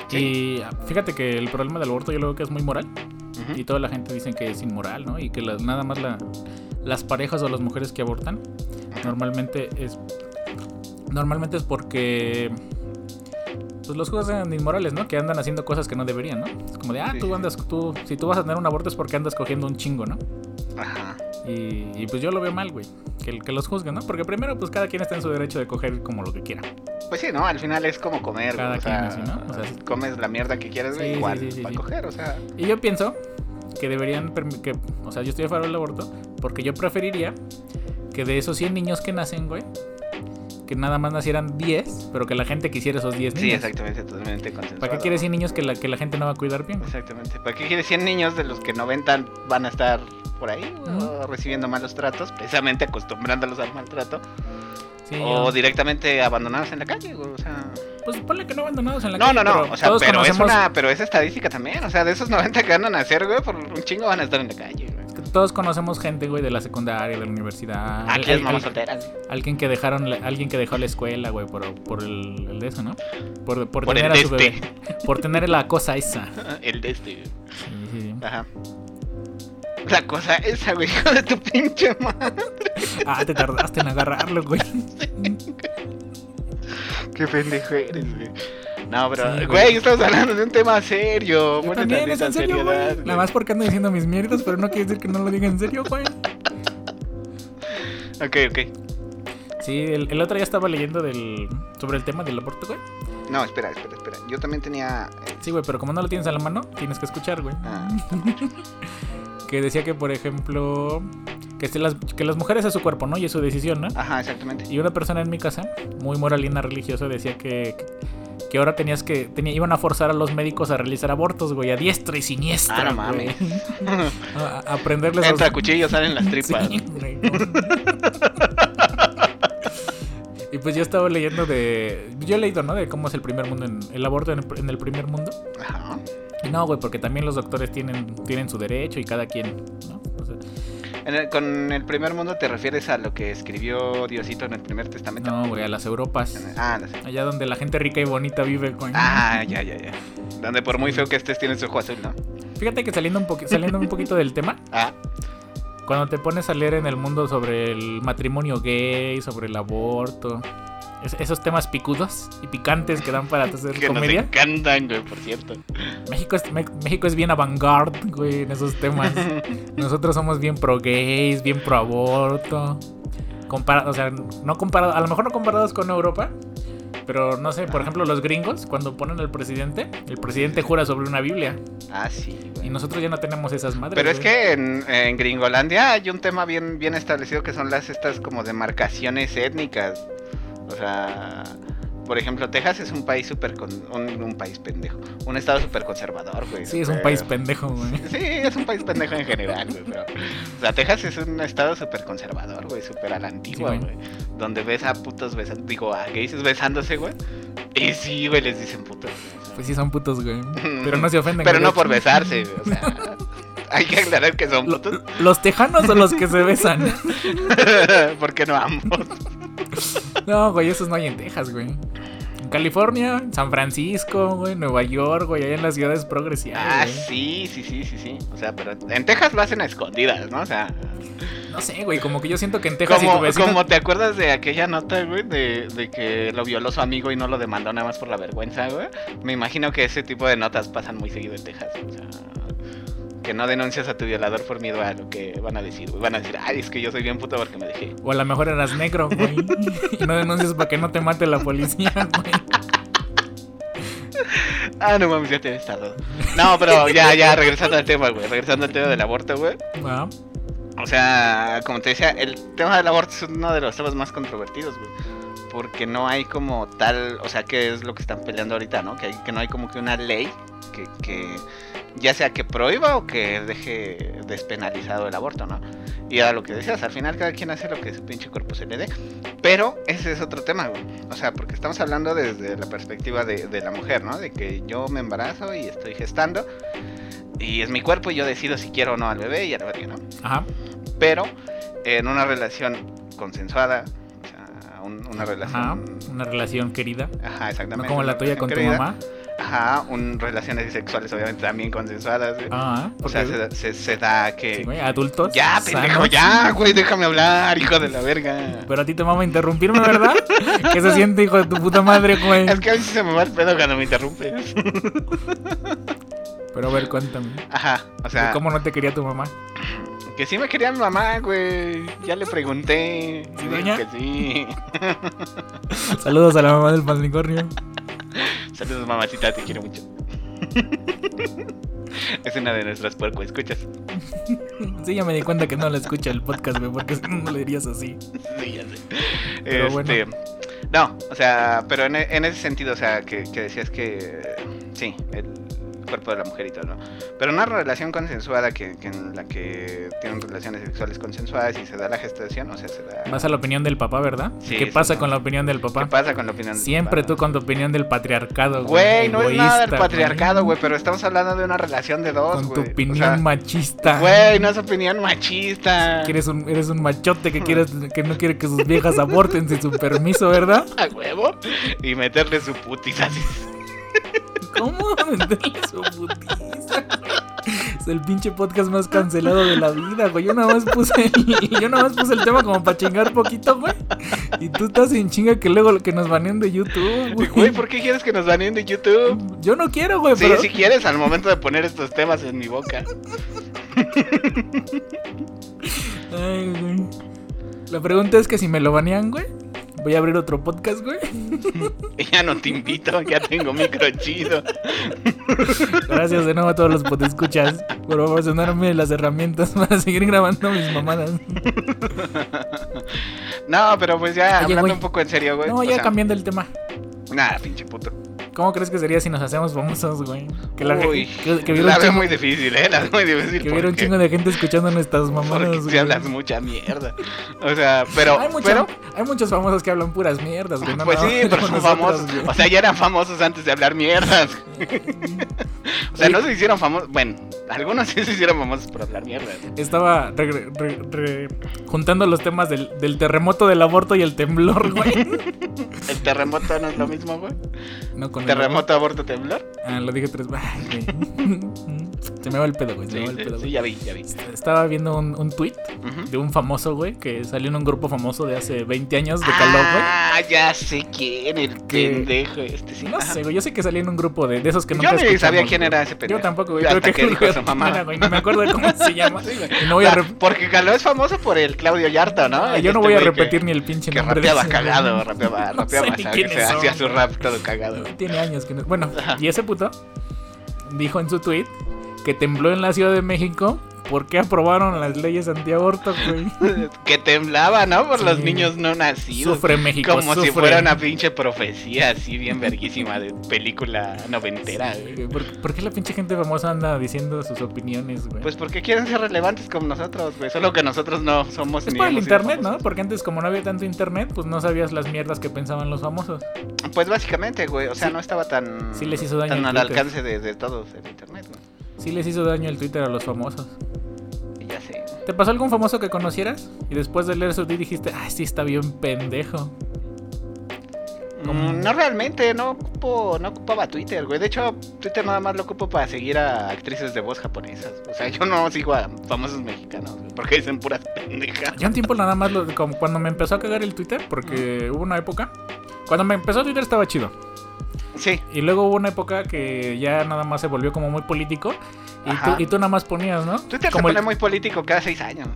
S1: Sí.
S2: Y ah, fíjate que el problema del aborto yo lo veo que es muy moral.
S1: Ujú.
S2: Y toda la gente dice que es inmoral, ¿no? Y que las- nada más la- las parejas o las mujeres que abortan normalmente es normalmente es porque pues los jueces eran inmorales, ¿no? Que andan haciendo cosas que no deberían, ¿no? Es como de, ah,
S1: Sí,
S2: tú
S1: sí.
S2: andas, tú, si tú vas a tener un aborto es porque andas cogiendo un chingo, ¿no?
S1: Ajá.
S2: Y, y pues yo lo veo mal, güey. Que, que los juzguen, ¿no? Porque primero, pues cada quien está en su derecho de coger como lo que quiera.
S1: Pues sí, ¿no? Al final es como comer,
S2: Cada
S1: güey, o
S2: quien
S1: sea,
S2: así, ¿no? O sea, sí.
S1: comes la mierda que quieres, güey,
S2: Sí, sí,
S1: igual
S2: sí, sí,
S1: para
S2: sí.
S1: coger, o sea,
S2: Y yo pienso que deberían, permi- que, o sea, yo estoy a favor del aborto, porque yo preferiría que de esos 100 niños que nacen, güey, que nada más nacieran 10, pero que la gente quisiera esos 10 niños.
S1: sí, exactamente, totalmente consensuado.
S2: ¿Para qué quieres 100 niños que la, que la gente no va a cuidar bien?
S1: Exactamente. ¿Para qué quieres 100 niños de los que 90 van a estar por ahí güey,
S2: Ujú.
S1: o recibiendo malos tratos, precisamente acostumbrándolos al maltrato
S2: Sí,
S1: o
S2: yo- directamente
S1: directamente abandonados en la calle, güey, o sea,
S2: Pues ponle que no abandonados en la
S1: no,
S2: calle,
S1: no, no,
S2: pero
S1: o sea,
S2: todos
S1: pero es
S2: conocemos-
S1: una pero es estadística también, o sea, de esos 90 que van a nacer, güey, por un chingo van a estar en la calle, güey.
S2: Todos conocemos gente, güey, de la secundaria, de la universidad.
S1: Aquí
S2: al-
S1: es mamá
S2: al-
S1: soltera. güey.
S2: alguien que dejaron, la- alguien que dejó la escuela, güey, por, por el, el de eso, ¿no? Por, por
S1: Por
S2: tener
S1: el
S2: a
S1: de
S2: su bebé,
S1: este,
S2: por tener la cosa esa.
S1: el de este. güey.
S2: Sí, sí, sí.
S1: Ajá. La cosa esa, güey, hijo de tu pinche madre.
S2: Ah, te tardaste en agarrarlo, güey.
S1: Qué pendejo eres, güey. No, pero,
S2: Sí, güey.
S1: güey, estamos hablando de un tema serio.
S2: Yo
S1: Ponle
S2: también, es
S1: tantita
S2: en serio,
S1: seriedad,
S2: güey. Nada más porque ando diciendo mis mierdas, pero no quiere decir que no lo diga en serio, güey.
S1: Ok, ok.
S2: Sí, el, el otro día estaba leyendo del, sobre el tema del aborto, güey.
S1: No, espera, espera, espera. Yo también tenía. eh,
S2: Sí, güey, pero como no lo tienes a la mano, tienes que escuchar, güey.
S1: Ah.
S2: que decía que, por ejemplo, que, se las, que las mujeres es su cuerpo, ¿no? Y es su decisión, ¿no?
S1: Ajá, exactamente.
S2: Y una persona en mi casa, muy moralina religiosa, decía que, que ahora tenías que. tenía- iban a forzar a los médicos a realizar abortos, güey, a diestra y siniestra.
S1: Ah, no
S2: güey.
S1: mames.
S2: A, a prenderles los-
S1: Entra cuchillo, salen las tripas.
S2: Sí, güey, no. Y pues yo estaba leyendo de. Yo he leído, ¿no? De cómo es el primer mundo, en, el aborto en el, en el primer mundo.
S1: Ajá.
S2: Y no, güey, porque también los doctores tienen, tienen su derecho y cada quien, ¿no? O sea,
S1: En el- con el primer mundo te refieres a lo que escribió Diosito en el primer testamento.
S2: no, güey, a las Europas.
S1: Ah, no sé.
S2: Allá donde la gente rica y bonita vive, güey.
S1: Ah, ya, ya, ya. Donde por muy feo que estés tienes ojo azul, ¿no?
S2: Fíjate que saliendo un, poqui- saliendo un poquito del tema,
S1: Ah,
S2: cuando te pones a leer en el mundo sobre el matrimonio gay, sobre el aborto, es- esos temas picudos y picantes que dan para hacer
S1: que nos
S2: comedia,
S1: encantan, güey, por cierto.
S2: México, es, Me- México es bien avant-garde, güey, en esos temas. Nosotros somos bien pro-gays, bien pro-aborto. Compara- o sea, no comparado, a lo mejor no comparados con Europa, pero no sé, por ejemplo, los gringos, cuando ponen al presidente, el presidente jura sobre una Biblia.
S1: Ah, sí,
S2: Y
S1: güey.
S2: nosotros ya no tenemos esas madres.
S1: Pero es
S2: güey.
S1: que en, en Gringolandia hay un tema bien, bien establecido que son las estas como demarcaciones étnicas. O sea, por ejemplo, Texas es un país súper con un, un país pendejo. Un estado súper conservador, güey.
S2: Sí, es un
S1: Pero-
S2: país pendejo, güey.
S1: Sí, es un país pendejo en general, güey. Pero, o sea, Texas es un estado súper conservador, güey, súper a la antigua,
S2: Sí,
S1: güey.
S2: güey.
S1: Donde ves a putos besando, digo, a gays besándose, güey. Y sí, güey, les dicen putos. güey, o sea.
S2: Pues sí, son putos, güey. Pero no se ofenden.
S1: Pero
S2: güey.
S1: no por besarse, güey. O sea, hay que aclarar que son
S2: Lo-
S1: putos.
S2: Los tejanos son los que se besan.
S1: Porque no ambos.
S2: No, güey, esos no hay en Texas, güey. En California, en San Francisco, güey, Nueva York, güey, allá en las ciudades
S1: Ah,
S2: progresivas. güey.
S1: sí, sí, sí, sí, sí. O sea, pero en Texas lo hacen a escondidas, ¿no? O sea,
S2: No sé, güey, como que yo siento que en Texas y tu
S1: como,
S2: vecino.
S1: como te acuerdas de aquella nota, güey, de, de que lo violó su amigo y no lo demandó nada más por la vergüenza, güey. Me imagino que ese tipo de notas pasan muy seguido en Texas, o sea, que no denuncias a tu violador por miedo a lo que van a decir, güey. Van a decir, ay, es que yo soy bien puto porque me dejé.
S2: O a lo mejor eras negro, güey. y no denuncias para que no te mate la policía, güey.
S1: Ah, no mames, ya te he estado. No, pero ya, ya, regresando al tema, güey. Regresando al tema del aborto, güey.
S2: Ah,
S1: O sea, como te decía, el tema del aborto es uno de los temas más controvertidos, güey. Porque no hay como tal, o sea, que es lo que están peleando ahorita, ¿no? Que, hay- que no hay como que una ley que, que ya sea que prohíba o que deje despenalizado el aborto, ¿no? Y a lo que decías, al final cada quien hace lo que su pinche cuerpo se le dé. Pero ese es otro tema, güey. O sea, porque estamos hablando desde la perspectiva de, de la mujer, ¿no? De que yo me embarazo y estoy gestando. Y es mi cuerpo y yo decido si quiero o no al bebé y a la verga, ¿no?
S2: Ajá.
S1: pero en una relación consensuada, o sea, un- una
S2: Ajá.
S1: relación...
S2: Una relación querida.
S1: Ajá, exactamente.
S2: No como
S1: una
S2: la tuya
S1: relación
S2: con tu
S1: querida.
S2: mamá.
S1: Ajá, un, relaciones sexuales obviamente también consensuadas. güey.
S2: Ah,
S1: o
S2: porque,
S1: sea, se, da- se- se da que...
S2: sí, güey, adultos.
S1: ya, pendejo,
S2: sanos.
S1: ya, güey, déjame hablar, hijo de la verga.
S2: Pero a ti te mama interrumpirme, ¿verdad? que se siente, hijo de tu puta madre, güey.
S1: Es que a veces se me va el pedo cuando me interrumpes.
S2: Pero a ver, cuéntame.
S1: Ajá, o sea,
S2: ¿Cómo no te quería tu mamá?
S1: que Que sí me querían mamá, güey. Ya le pregunté.
S2: ¿Sí,
S1: y
S2: doña?
S1: dijo que sí.
S2: Saludos a la mamá del Pantricornio.
S1: Saludos, mamacita, te quiero mucho. es una de nuestras puerco escuchas.
S2: Sí, ya me di cuenta que no la escucha el podcast, güey, porque si no, no le dirías así.
S1: Sí, ya sé.
S2: Pero
S1: Este, No, o sea, pero en, e- en ese sentido, o sea, que, que decías que eh, sí, el cuerpo de la mujer y todo, ¿no? Pero una relación consensuada que, que en la que tienen relaciones sexuales consensuadas y se da la gestación, o sea, se da...
S2: Vas a la opinión del papá, ¿verdad?
S1: Sí,
S2: ¿Qué
S1: sí,
S2: pasa
S1: sí.
S2: con la opinión del
S1: ¿Qué
S2: papá?
S1: pasa con la opinión del
S2: Siempre
S1: papá?
S2: tú con tu opinión del patriarcado,
S1: Güey, no es nada del
S2: Egoísta,
S1: patriarcado, güey, pero estamos hablando de una relación de dos,
S2: Con
S1: güey.
S2: tu
S1: O sea,
S2: opinión machista.
S1: Güey, no es opinión machista.
S2: Que eres un, eres un machote que, quieres, que no quiere que sus viejas aborten sin su permiso, ¿verdad?
S1: a huevo? Y meterle su putis así.
S2: ¿Cómo? Meterle su putiza, güey. Es el pinche podcast más cancelado de la vida, güey. Yo nada más puse el, yo nada más puse el tema como para chingar poquito, güey. Y tú estás en chinga que luego que nos banean de YouTube, güey.
S1: Güey, ¿por qué quieres que nos baneen de YouTube?
S2: Yo no quiero, güey,
S1: Sí,
S2: pero
S1: si quieres, al momento de poner estos temas en mi boca.
S2: Ay, güey. La pregunta es que si me lo banean, güey, voy a abrir otro podcast, güey.
S1: Ya no te invito, ya tengo micro chido.
S2: Gracias de nuevo a todos los podescuchas por proporcionarme las herramientas para seguir grabando mis mamadas.
S1: No, pero pues ya,
S2: Oye,
S1: hablando
S2: güey.
S1: un poco en serio, güey.
S2: No,
S1: o
S2: ya
S1: sea,
S2: cambiando el tema.
S1: Nada, pinche puto.
S2: ¿Cómo crees que sería si nos hacemos famosos, güey? Que la,
S1: Uy,
S2: que, que hubiera
S1: la
S2: un
S1: veo
S2: chingo,
S1: muy difícil, ¿eh? La veo muy difícil.
S2: que hubiera un
S1: porque-
S2: chingo de gente escuchando nuestras
S1: porque
S2: mamadas,
S1: si
S2: güey.
S1: hablas mucha mierda. O sea, pero.
S2: hay, mucha-
S1: pero
S2: hay muchos famosos que hablan puras mierdas, güey. no
S1: pues
S2: nada
S1: sí,
S2: más
S1: pero
S2: como
S1: son
S2: nosotros,
S1: famosos.
S2: güey.
S1: O sea, ya eran famosos antes de hablar mierdas. O sea,
S2: Oye.
S1: no se hicieron famosos. Bueno, algunos sí se hicieron famosos por hablar mierdas.
S2: Estaba regre- re- re- juntando los temas del, del terremoto, del aborto y el temblor, güey.
S1: El terremoto no es lo mismo, güey.
S2: No con el-
S1: Terremoto, aborto, temblor.
S2: Ah, lo dije tres veces. Ay, güey. Se me va el pedo, güey. Se
S1: Sí,
S2: me va el
S1: sí,
S2: pedo,
S1: sí,
S2: güey.
S1: ya vi, ya vi.
S2: Estaba viendo un, un tweet
S1: Ujú.
S2: de un famoso, güey, que salió en un grupo famoso de hace 20 años de calor, güey.
S1: Ah, ya sé quién, el
S2: Que-
S1: pendejo este, sí.
S2: No
S1: Ajá.
S2: sé, güey. Yo sé que salió en un grupo de, de esos que
S1: Yo
S2: nunca
S1: ni
S2: escuchamos,
S1: sabía quién
S2: güey.
S1: era ese pendejo.
S2: Yo tampoco, güey.
S1: Hasta
S2: Creo que,
S1: que dijo
S2: creo
S1: su
S2: que
S1: mamada.
S2: era, güey, No me acuerdo de cómo se llama.
S1: Sí, güey.
S2: Y no voy a
S1: Ah,
S2: rep-
S1: Porque Caló es famoso por el Claudio Yarto, ¿no?
S2: Ah,
S1: Y
S2: Yo no
S1: este
S2: voy a
S1: güey que-
S2: repetir ni el pinche
S1: Que
S2: nombre. de
S1: rapeaba
S2: ese,
S1: cagado,
S2: güey.
S1: rapeaba,
S2: No sé
S1: rapeaba,
S2: ni
S1: ¿sabes?
S2: quiénes
S1: Se
S2: son,
S1: hacía su
S2: güey.
S1: rap todo cagado.
S2: Tiene años que no. Bueno, y ese puto dijo en su tweet que tembló en la Ciudad de México porque aprobaron las leyes antiaborto, güey.
S1: Que temblaba, ¿no? Por los
S2: Sí.
S1: niños no nacidos.
S2: Sufre México,
S1: Como
S2: sufre.
S1: si fuera una pinche profecía así bien verguísima de película noventera, güey.
S2: Sí, ¿Por, por qué la pinche gente famosa anda diciendo sus opiniones, güey?
S1: Pues porque quieren ser relevantes como nosotros, güey. Solo que nosotros no somos
S2: es
S1: ni
S2: por el
S1: hemos sido
S2: internet, ¿no?
S1: famosos.
S2: Porque antes como no había tanto internet, pues no sabías las mierdas que pensaban los famosos.
S1: Pues básicamente, güey. O sea, no estaba tan.
S2: Sí les hizo daño
S1: Tan
S2: el
S1: al
S2: Twitter.
S1: alcance de, de todos el internet, güey.
S2: Sí les hizo daño el Twitter a los famosos.
S1: Y ya sé.
S2: ¿Te pasó algún famoso que conocieras? Y después de leer su tweet dijiste, ay, sí está bien pendejo.
S1: Mm, No realmente, no ocupo, no ocupaba Twitter, güey. De hecho, Twitter nada más lo ocupo para seguir a actrices de voz japonesas. O sea, yo no sigo a famosos mexicanos, güey, porque dicen puras pendejas.
S2: Yo un tiempo nada más, lo- como cuando me empezó a cagar el Twitter, porque hubo una época. Cuando me empezó Twitter estaba chido.
S1: Sí,
S2: Y luego hubo una época que ya nada más se volvió como muy político. Y,
S1: Ajá.
S2: tú, y tú nada más ponías, ¿no?
S1: Twitter
S2: como
S1: se pone
S2: el-
S1: muy político cada seis años.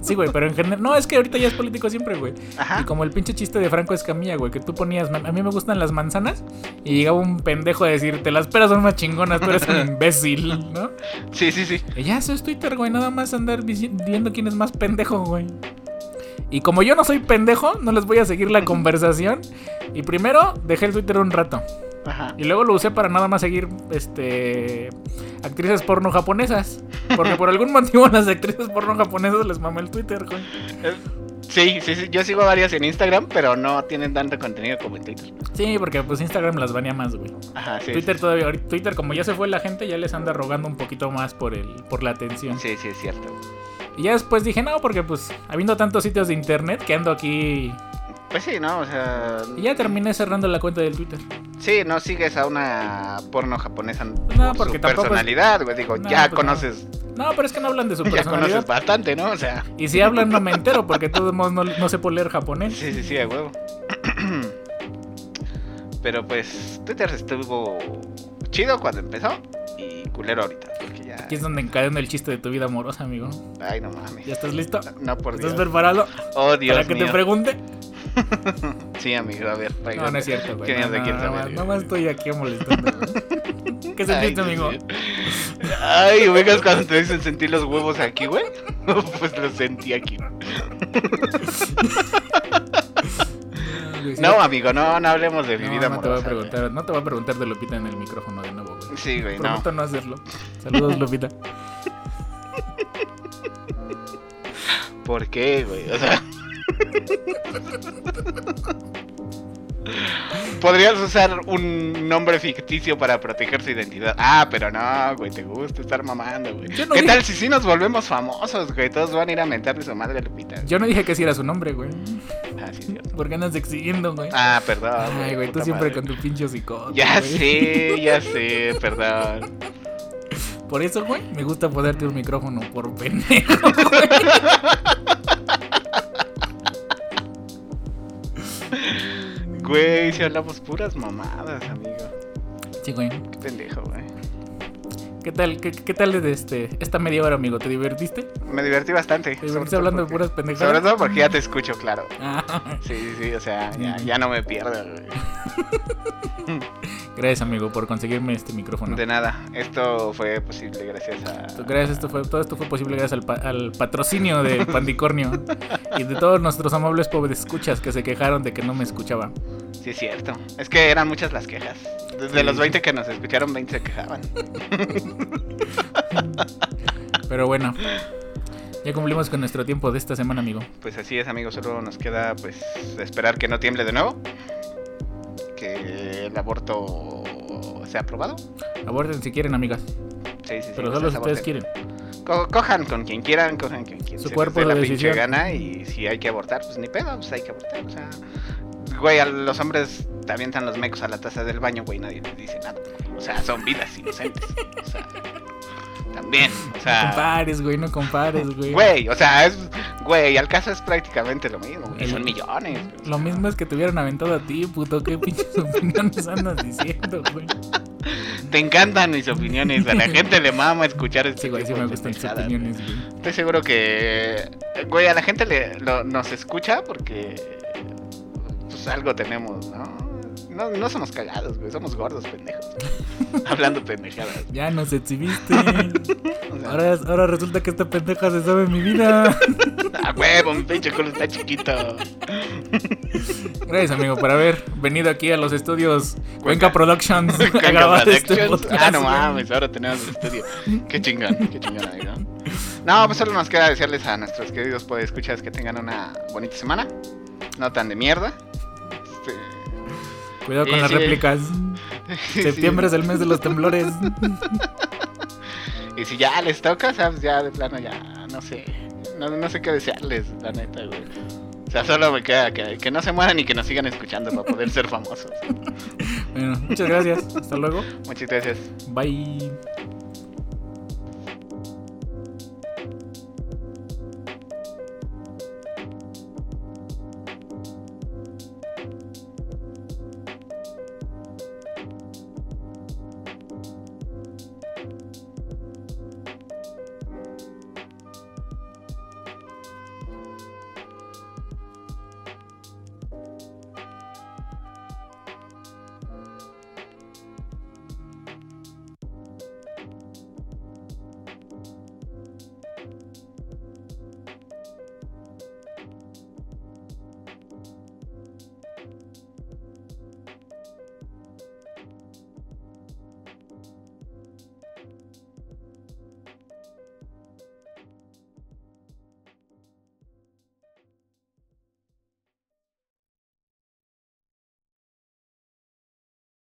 S2: Sí, güey, pero en general. No, es que ahorita ya es político siempre, güey. Y
S1: Ajá.
S2: como el pinche chiste de Franco Escamilla, güey, que tú ponías, "Man, a mí me gustan las manzanas. Y llegaba un pendejo a decirte, las peras son más chingonas, tú eres un imbécil, ¿no?
S1: Sí, sí, sí.
S2: Y ya, eso es Twitter, güey. Nada más andar dici- viendo quién es más pendejo, güey. Y como yo no soy pendejo, no les voy a seguir la conversación. Y primero dejé el Twitter un rato.
S1: Ajá.
S2: Y luego lo usé para nada más seguir este actrices porno japonesas. Porque por algún motivo a las actrices porno japonesas les mamé el Twitter, güey.
S1: Eh, Sí, sí, sí. Yo sigo a varias en Instagram, pero no tienen tanto contenido como en Twitter.
S2: Sí, porque pues Instagram las banea más, güey.
S1: Ajá, sí.
S2: Twitter todavía, ahorita- Twitter como ya se fue la gente, ya les anda rogando un poquito más por el por la atención.
S1: Sí, sí, es cierto.
S2: Y ya después dije, "No, porque pues habiendo tantos sitios de internet que ando aquí
S1: Pues sí, ¿no? O sea.
S2: Y ya terminé cerrando la cuenta del Twitter.
S1: Sí, no sigues a una porno japonesa
S2: No,
S1: por su
S2: porque tampoco es-
S1: personalidad, güey. Digo,
S2: No,
S1: ya
S2: pues no.
S1: conoces
S2: No, pero es que no hablan de su
S1: Ya
S2: personalidad.
S1: conoces bastante, ¿no? O sea,
S2: Y si hablan no me entero porque de todos modos no, no sé por leer japonés.
S1: sí, sí, sí, a huevo. Pero pues Twitter estuvo chido cuando empezó y culero ahorita, porque ya
S2: Aquí es donde encadena el chiste de tu vida amorosa, amigo.
S1: Ay, no mames.
S2: ¿Ya estás listo?
S1: No, por
S2: ¿Estás
S1: Dios.
S2: preparado
S1: Oh, Dios
S2: para que
S1: mío.
S2: te pregunte?
S1: Sí, amigo, a ver, traigo.
S2: No, no es cierto, güey.
S1: ¿Qué
S2: No,
S1: mierda
S2: no,
S1: quieres
S2: nada más-
S1: saber?
S2: nada más estoy aquí molestando. güey. ¿Qué sentiste,
S1: Ay,
S2: amigo?
S1: Dios mío. Ay, ubicas cuando te dicen sentir los huevos aquí, güey. Pues los sentí aquí.
S2: Ah, güey, sí.
S1: No, amigo, no, no hablemos de mi
S2: No,
S1: vida
S2: no te voy a
S1: amorosa, güey.
S2: preguntar, no te voy a preguntar de Lupita en el micrófono de nuevo, güey.
S1: Sí, güey, no.
S2: Prometo no hacerlo. Saludos, Lupita.
S1: ¿Por qué, güey? O sea. Podrías usar un nombre ficticio para proteger su identidad. Ah, pero no, güey, te gusta estar mamando, güey.
S2: Yo no
S1: ¿Qué
S2: vi-
S1: tal si sí nos volvemos famosos, güey? Todos van a ir a mentarle su madre a Lupita.
S2: Yo no dije que si era su nombre, güey.
S1: Ah, sí, es cierto.
S2: ¿Por qué andas exhibiendo, güey?
S1: Ah, perdón.
S2: Ay, güey, tú
S1: puta
S2: siempre
S1: madre.
S2: con tu pinche hocico.
S1: Ya
S2: güey.
S1: sé, ya sé, perdón.
S2: Por eso, güey, me gusta ponerte un micrófono por pendejo, güey.
S1: Güey, si hablamos puras mamadas, amigo.
S2: Sí, güey.
S1: Qué pendejo, güey.
S2: ¿Qué tal, qué, qué tal desde este, esta media hora, amigo? ¿Te divertiste? ¿Te
S1: Me divertí bastante. sobre
S2: divertiste
S1: todo
S2: hablando de
S1: porque-
S2: puras pendejadas?
S1: Sobre todo porque ya te escucho, claro.
S2: Ah,
S1: Sí, sí, sí, o sea, ya, ya no me pierdo. güey.
S2: gracias, amigo, por conseguirme este micrófono.
S1: De nada, esto fue posible gracias a...
S2: Gracias, esto fue, todo esto fue posible gracias al, pa- al patrocinio de Pandicornio y de todos nuestros amables pobres escuchas que se quejaron de que no me escuchaba.
S1: Sí, es cierto. Es que eran muchas las quejas. Desde
S2: Sí.
S1: los 20 que nos escucharon, 20 se quejaban.
S2: Pero bueno, ya cumplimos con nuestro tiempo de esta semana, amigo.
S1: Pues así es, amigos, solo nos queda pues esperar que no tiemble de nuevo. Que el aborto sea aprobado.
S2: Aborten si quieren, amigas,
S1: Sí, sí, sí.
S2: pero
S1: pues,
S2: solo
S1: aborten.
S2: si ustedes quieren.
S1: Co- cojan con quien quieran, cojan con quien
S2: Su
S1: se
S2: cuerpo
S1: les dé
S2: de
S1: la pinche
S2: decisión.
S1: gana y si hay que abortar, pues ni pedo, pues hay que abortar, o sea, güey, a los hombres te avientan los mecos a la taza del baño, güey, nadie les dice nada, o sea, son vidas inocentes, o sea, también, o
S2: No
S1: sea,
S2: compares, güey, no compares, Ah. güey.
S1: güey, o sea, es, güey, al caso es prácticamente lo mismo, güey,
S2: El-
S1: son millones, güey, o sea,
S2: Lo mismo es que te hubieran aventado a ti, puto. ¿Qué pinches opiniones andas diciendo, güey?
S1: te encantan mis opiniones, a la gente le mama escuchar este
S2: Sí, güey, sí
S1: tipo
S2: me
S1: de
S2: gustan tus
S1: pendejadas,
S2: opiniones, güey.
S1: Estoy seguro que, güey, a la gente le, lo- nos escucha porque pues algo tenemos, ¿no? No, no somos cagados, güey, somos gordos pendejos. Hablando pendejadas.
S2: Ya nos exhibiste.
S1: O sea,
S2: Ahora, ahora resulta que esta pendeja se sabe mi vida.
S1: ah, huevo, mi pinche culo está chiquito.
S2: Gracias, amigo, por haber venido aquí a los estudios Cuenca
S1: Cuenca.
S2: Productions a
S1: Caca
S2: grabar este
S1: Productions.
S2: podcast.
S1: Ah, no
S2: güey.
S1: mames, ahora tenemos el estudio. Qué chingón, qué chingón, amigo. No, pues solo nos queda desearles a nuestros queridos podescuchas que tengan una bonita semana. No tan de mierda. Este,
S2: Cuidado con
S1: Sí,
S2: las
S1: sí.
S2: réplicas.
S1: sí,
S2: Septiembre es el mes de los temblores.
S1: Y si ya les toca, ¿sabes? Ya de plano, ya no sé. No, no sé qué desearles, la neta, güey. O sea, solo me queda que, que no se mueran y que nos sigan escuchando para poder ser famosos.
S2: Bueno, muchas gracias. Hasta luego.
S1: Muchas gracias.
S2: Bye.